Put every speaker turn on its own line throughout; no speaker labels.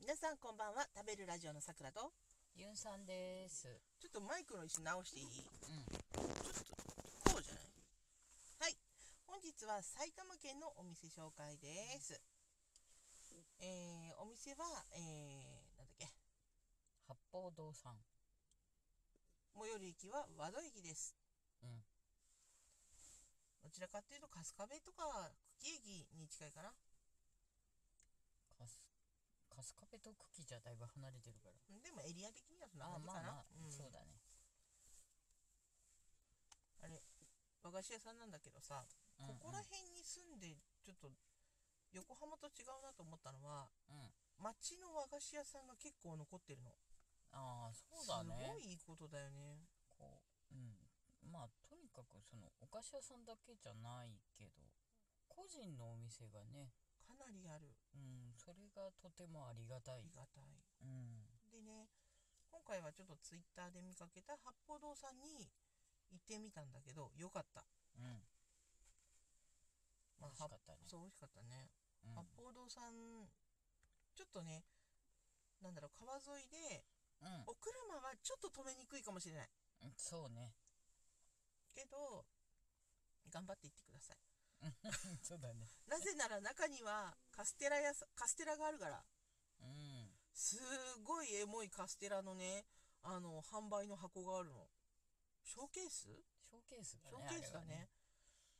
皆さんこんばんは食べるラジオのさくらと
ユンさんです。
ちょっとマイクの位置直していい
うん。
ちょっとこうじゃないはい本日は埼玉県のお店紹介です、えー、お店は、えー、なんだっけ
八方堂さん。
最寄り駅は和戸駅です
うん
どちらかっていうと春日部とか久喜駅に近いかな
カス、カスカペとクキじゃだいぶ離れてるから。
うんでもエリア的にはそんな
ああ、
感じ
ま
かな
あまあ、そうだね。
あれ和菓子屋さんなんだけどさ、
うんうん
ここら辺に住んでちょっと横浜と違うなと思ったのは
うん。
町の和菓子屋さんが結構残ってるの
ああ、そうだ
すご
ね。
いいいことだよね
こう、うん。まあ、とにかくその、お菓子屋さんだけじゃないけど、個人のお店がね、
かなりある
うん、それがとてもありがた
あ
い
り。がたい
うん。
でね今回はちょっとツイッターで見かけた八方堂さんに行ってみたんだけどよかった、
うん。美
まあ
味しかったね。
そう美味しかったね、
うん
八方堂さんちょっとねなんだろう川沿いで
うん
お車はちょっと止めにくいかもしれない
うん。そうね。
けど頑張って行ってください
そうだね。
なぜなら中にはカステラやさカステラがあるから
うん。
すごいエモいカステラのねあの販売の箱があるのショーケース
ショーケースだ
ショ
ね。
ーケースだね
あれは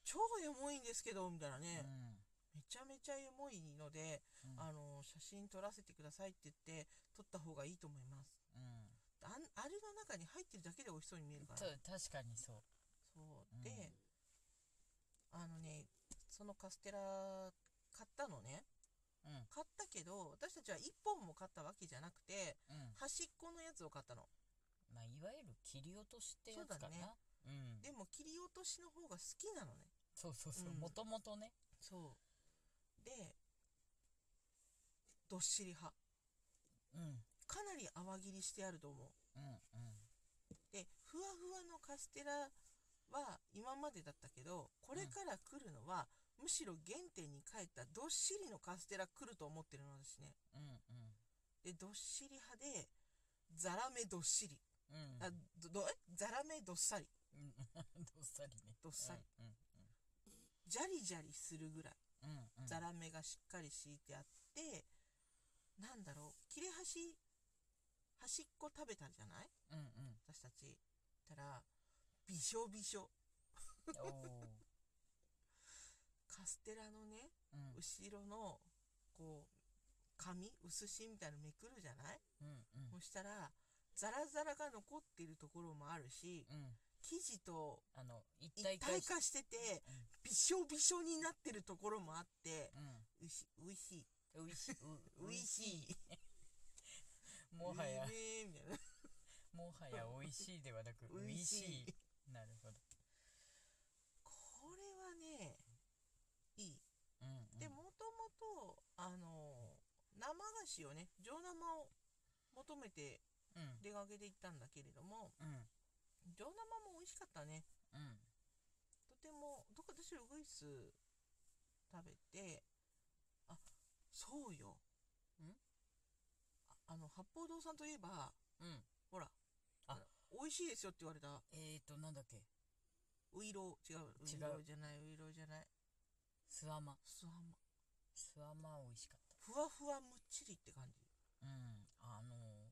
超エモいんですけどみたいなね、
うん。
めちゃめちゃエモいので、
うん
あの写真撮らせてくださいって言って撮った方がいいと思います
うん。
あんあれの中に入ってるだけで美味しそうに見えるから
そう確かにそう
そうで、
うん
あのねそのカステラ買ったのね
うん
買ったけど私たちは1本も買ったわけじゃなくて
うん
端っこのやつを買ったの
まあいわゆる切り落としってや
そ
つか
うだね
なうん
でも切り落としの方が好きなのね
そうそうそう
うん
もともとね
そうでどっしり派
うん
かなり泡切りしてあると思う
うんうん
でふわふわのカステラは今までだったけどこれから来るのは、むしろ原点に帰ったどっしりのカステラ来ると思ってるのですね
うん
でどっしり派でザラメどっしり
うんうん
あどどえザラメどっさり
うん どっさりね
どっさり
うん
ジャリジャリするぐらい
うんうんうん
ザラメがしっかり敷いてあってなんだろう切れ端端っこ食べたじゃない
うんうん
私たちたらびしょびしょ
おお
カステラのね
うん
後ろのこう紙薄紙みたいなのめくるじゃない、
うんうん
そしたらザラザラが残ってるところもあるし
うん
生地と
あの一
一
体
体
化し
化しててびしょびしょになってるところもあって
うん
うしおいしい
お いしいう
いしい
もはや
うめえみたいな
もはやおいしいでは なく
う
お
い
い
し
し
い
いなるほど
これはねいい
うんうん
でもともとあの生菓子をね上生を求めて
うん
出かけていったんだけれども
うん
上生も美味しかったね
うん
とてもどこか私ウグイス食べてあそうよ
ん
ああの八方堂さんといえば
うん
ほら
あ
美味しいですよって言われた
えーとなんだっけ
ウイロー違うウ
違
イ
う
ローじゃないウイローじゃない
スワマ
すわま
スワマ美味しかった
ふわふわむっちりって感じ
うん、あの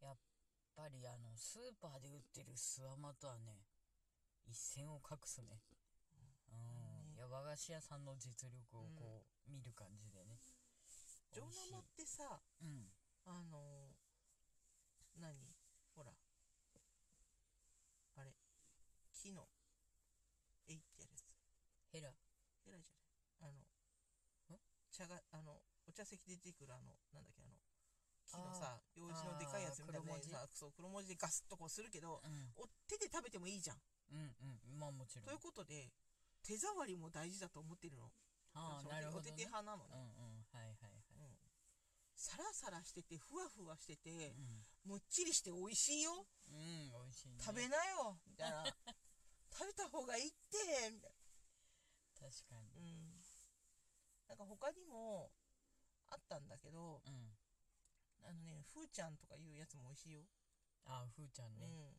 やっぱりあのスーパーで売ってるスワマとはね一線を画すね、うん
ね
いや和菓子屋さんの実力をこう、見る感じでね
上
美味しい
生ってさ
うん
あの何ほらあれ木のえいってやるやつ
ヘラ
えらいじゃないあの茶があのお茶席で出てくるあのなんだっけあの木のさ用紙のでかいやつみたいなやつさそう黒文字でガスッとこうするけど
う
お手で食べてもいいじゃん
んうんうんまあもちろ
と
ん
いうことで手触りも大事だと思ってるの
あ
私
あなるほ
お手
ど、
お
ね、
手手派なの
うんうん
ね、
はいはいはい、
うんサラサラしててふわふわしてて
う、ん
むっちりして美味しいよ
うん、美味しい、ね、
食べ
確
なよみたいな食べた方がいいってみたいな
かに
うんなんか他にもあったんだけど
うん
あのねふーちゃんとかいうやつも美味しいよ、
あふーちゃんね、
うん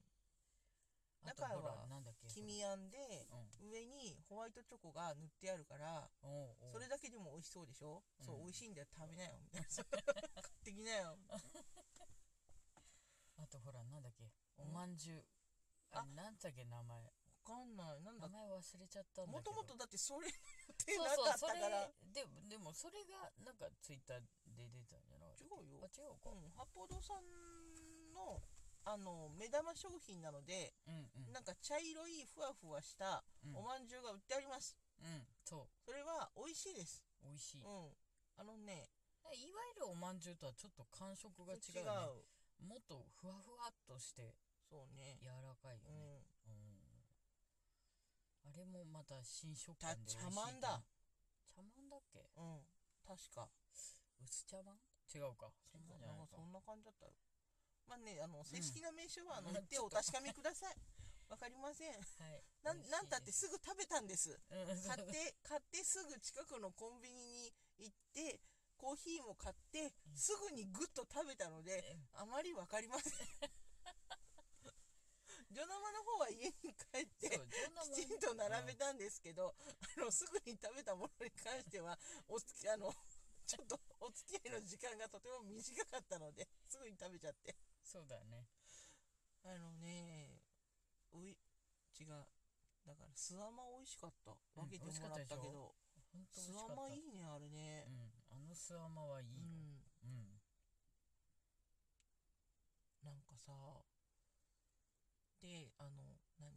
あとほ
中
ら
は
なんだっけ
うん、黄身あんで
ほら
上にホワイトチョコが塗ってあるから
うんおうおう
それだけでも美味しそうでしょ、
うん
そう美味しいんだよ食べなよみたいな買ってきなよ
あとほらなんだっけ
う
お
ん
まんじゅうあなんだっけ名前
わかんないなん
名
だ
前忘れちゃったんだけど
もともとだってそれって
そう
なかっ
そうそ
た
れ
から
ででもそれがなんかツイッターで出たんじゃなかった
違
っ
うよ、
けあ違う
う
か
ん、八方堂さんのあの目玉商品なので
うんうん
なんか茶色いふわふわした
うん
おまんじゅうが売ってあります
うんそ
それは美味しいです
う美味しい、
う
いわ
んあのね
ゆるおまんじゅうとはちょっと感触が違う,、ね、もっとふわふわっとして
そうね
柔らかいよ
う
ね、
ん
うんあれもまた新食
た
感で美味しい
茶まんだ
茶まんだっけ
うん確か
薄茶碗違うかそんなんじゃ
な
ない
んかそ
か
んな感じだったよまあねあの正式な名称はあの
うん
言ってお確かめください わかりません
はい
なん
美味しい
なんたっ
で
て
す
すぐ食べたんです
うん
買って買ってすぐ近くのコンビニに行ってコーヒーも買ってすぐにグッと食べたので
え
あまりわかり ませんジョナマの方は家に帰っ
そう
てきちんと並べ
て
たんですけど、あのすぐに食べたものに関してはおつきあのちょっとお付き合いの時間がとても短かったのですぐに食べちゃって
そうだね
あのねおい違うだから巣鴨美味しかった分
うん
けてもらったけど、
本当
巣
美味しか
鴨
った
いいねあれね
うんあのスワマはいいよ
うん、
うん
なんかさであの何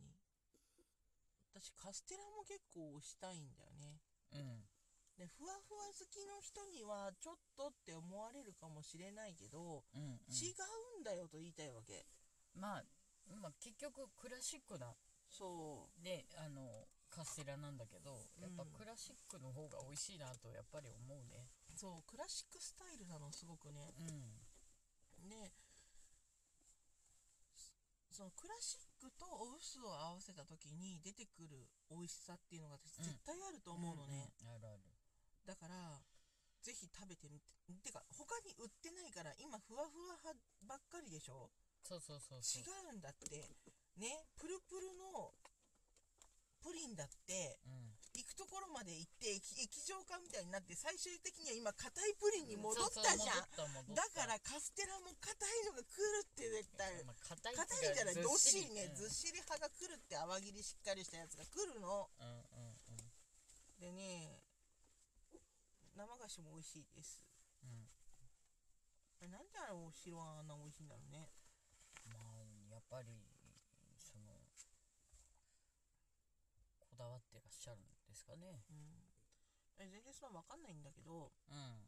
私カステラも結構推したいんだよね
うん
でふわふわ好きの人にはちょっとって思われるかもしれないけど、
うんうん
違うんだよと言いたいわけ
まあまあ結局クラシックな
そ
であのカステラなんだけどやっぱ
うん
クラシックの方が美味しいなとやっぱり思うね
うそうクラシックスタイルなのすごくね
うん
でそのクラシックとお薄を合わせた時に出てくる美味しさっていうのが私
うん
絶対あると思うのね、
うんあるある
だからぜひ食べてみててか他に売ってないから今ふわふわ派ばっかりでしょ
そうそうそうそう
違うんだってねプルプルのプリンだって
うん
行くところまで行って液液状化みたいになって最終的には今硬いプリンに戻ったじゃん
そうそう戻っ
だか
た戻った
らカステラも硬いのが来るって絶対
まあ硬い
硬いじゃないどっしりね
ず
ずっし
っし
り派が来るって泡切りしっかりしたやつが来るの
りう
で
んうんうん
ね生菓子も美味しいです
うん
あれなんであれお城はあんな美味しいんだろうね
まあやっぱりそのこだわってらっしゃるんですかね
うんえ全然そんな分かんないんだけど、
うん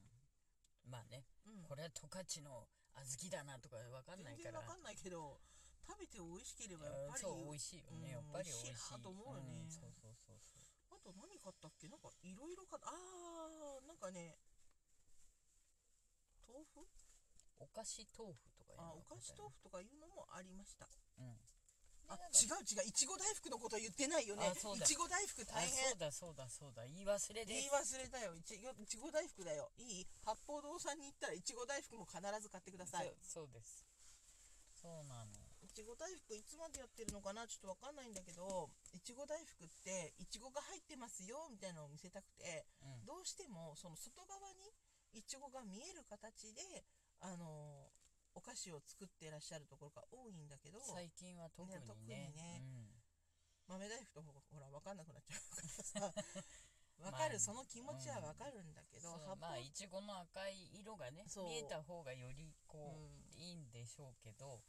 まあね
うん、
これは十勝の小豆だなとかわかんない
全
か
然
ら
わかんないけど食べて美味しければやっ
うん
ぱり
そう美味しいよ
うん
ねやっぱり美
美
味しい
味しいなと思うよね
んそうそうそうそう
あと何買ったっけなんかいろいろ買ったあーなんかね豆腐
お菓子豆腐とかいう
あ
のが
お菓子豆腐とかいうのもありました
うんで
あ
なんか
違う違ういちご大福のこと言ってないよね
あそうだ
いちご大福
あ
大
そ
変
うだそうだそうだ言い忘れで
言い
す
忘れたよいちごいちご大福だよいい八方堂さんに行ったらいちご大福も必ず買ってください
そうそうですそうなの
いちご大福いつまでやってるのかなちょっとわかんないんだけどいちご大福っていちごが入ってますよみたいなのを見せたくて
うん
どうしてもその外側にいちごが見える形であのお菓子を作ってらっしゃるところが多いんだけど
最近は特に
ね特に
ね
ね
うん
豆大福とほほら分かんなくなっちゃう からさわかる、
まあ
その気持ちは分かるんだけど、
そう
発
まあいちごの赤い色がね
そう
見えた方がよりこう、
う
いいんでしょうけど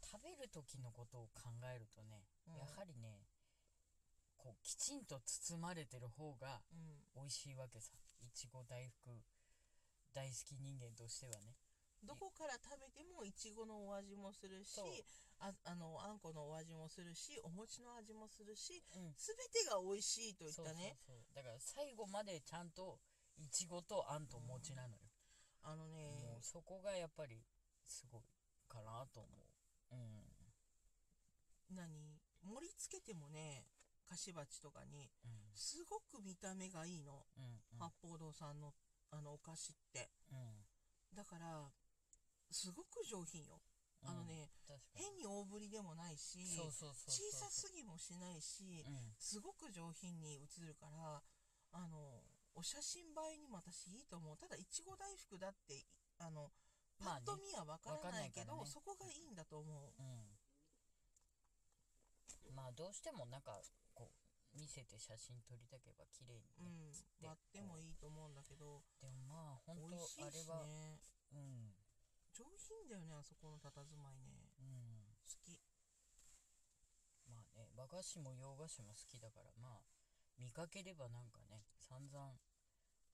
食べる時のことを考えるとね、
うん
やはりねこうきちんと包まれてる方が
んうん
美味しいわけさいちご大福大好き人間としてはね
どこから食べてもいちごのお味もするし
そう
ああのあんこのお味もするしお餅の味もするし
うん
全てが美味しいといっ
そう
たね
そうそうだから最後までちゃんといちごとあんと餅なのよ、
あのね
もうそこがやっぱりすごいかなと思ううん
何盛り付けてもね菓子鉢とかに
うん
すごく見た目がいいの
うんうん
八方堂さんのあのお菓子って
うん
だからすごく上品よ。
うん
あのね、
確かに
変に大ぶりでもないし、
そうそうそう
小
そ
さ
う
すぎもしないし、
うん
すごく上品に映るから、あの、お写真映えにも私いいと思う。ただ、いちご大福だって、いあの、
まあ
パッ
ね
と見はわからないけど、
わかんないからね
そこがいいんだと思う。
うんまあどうしてもなんかこう見せて写真撮りたければ綺麗
う
に
ん、
ね、
割ってもいいと思うんだけど、
でもまあ本
美味し
当あ
い
れ
し
は、
ね。
うん
上品だよね、あそこの佇まいね。
うん
好き。
まあね和菓子も洋菓子も好きだからまあ見かければなんかね散々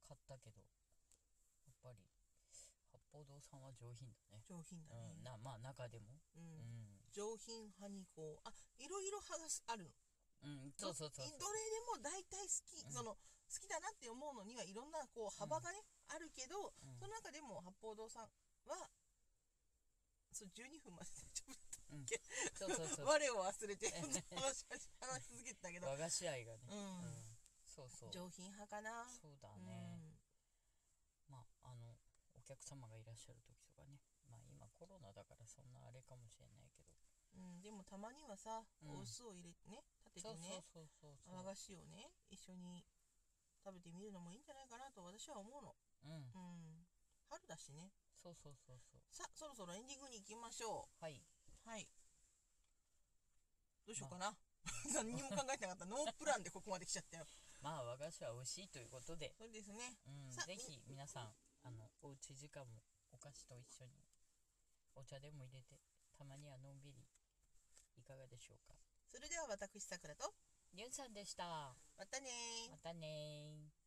買ったけどやっぱり八方堂さんは上品だね
上品だね。
うんなまあ中でも
うん
うん、
上品派にこう、あ、いろいろ派があるの。
うん、そうそうそ
ど
うそ
どれでも
う
大体好き、
うん
その好きだなって思うのにはいろんなこう幅がね、あるけど、
うん
その中でも八方堂さんはそう12分まで大丈夫
そうそうそう
我を忘れて話し話し続けてたけど、
和菓子愛が
う
ね、
ん
うんそうそう
上品派かな
そうだね、まああのお客様がいらっしゃる時とかねまあ今コロナだからそんなあれかもしれないけど、
うん、うん、でもたまにはさ、
うん
お酢を入れてね立てて
そう
ね
そうそうそう
和菓子をね一緒に食べてみるのもいいんじゃないかなと私は思うの、
うん
うん、春だしね
そうそうそうそう
さあそろそろエンディングに行きましょう
はい
はい。どうしようかな。 何にも考えてなかった。ノープランでここまで来ちゃったよ。
まあ和菓子は美味しいということで、
そうですね。
うん、
さ
ぜひ皆さんあのおうち時間もお菓子と一緒にお茶でも入れてたまにはのんびりいかがでしょうか
それでは私、さくらと、
りゅんさんでした
またねー
またねー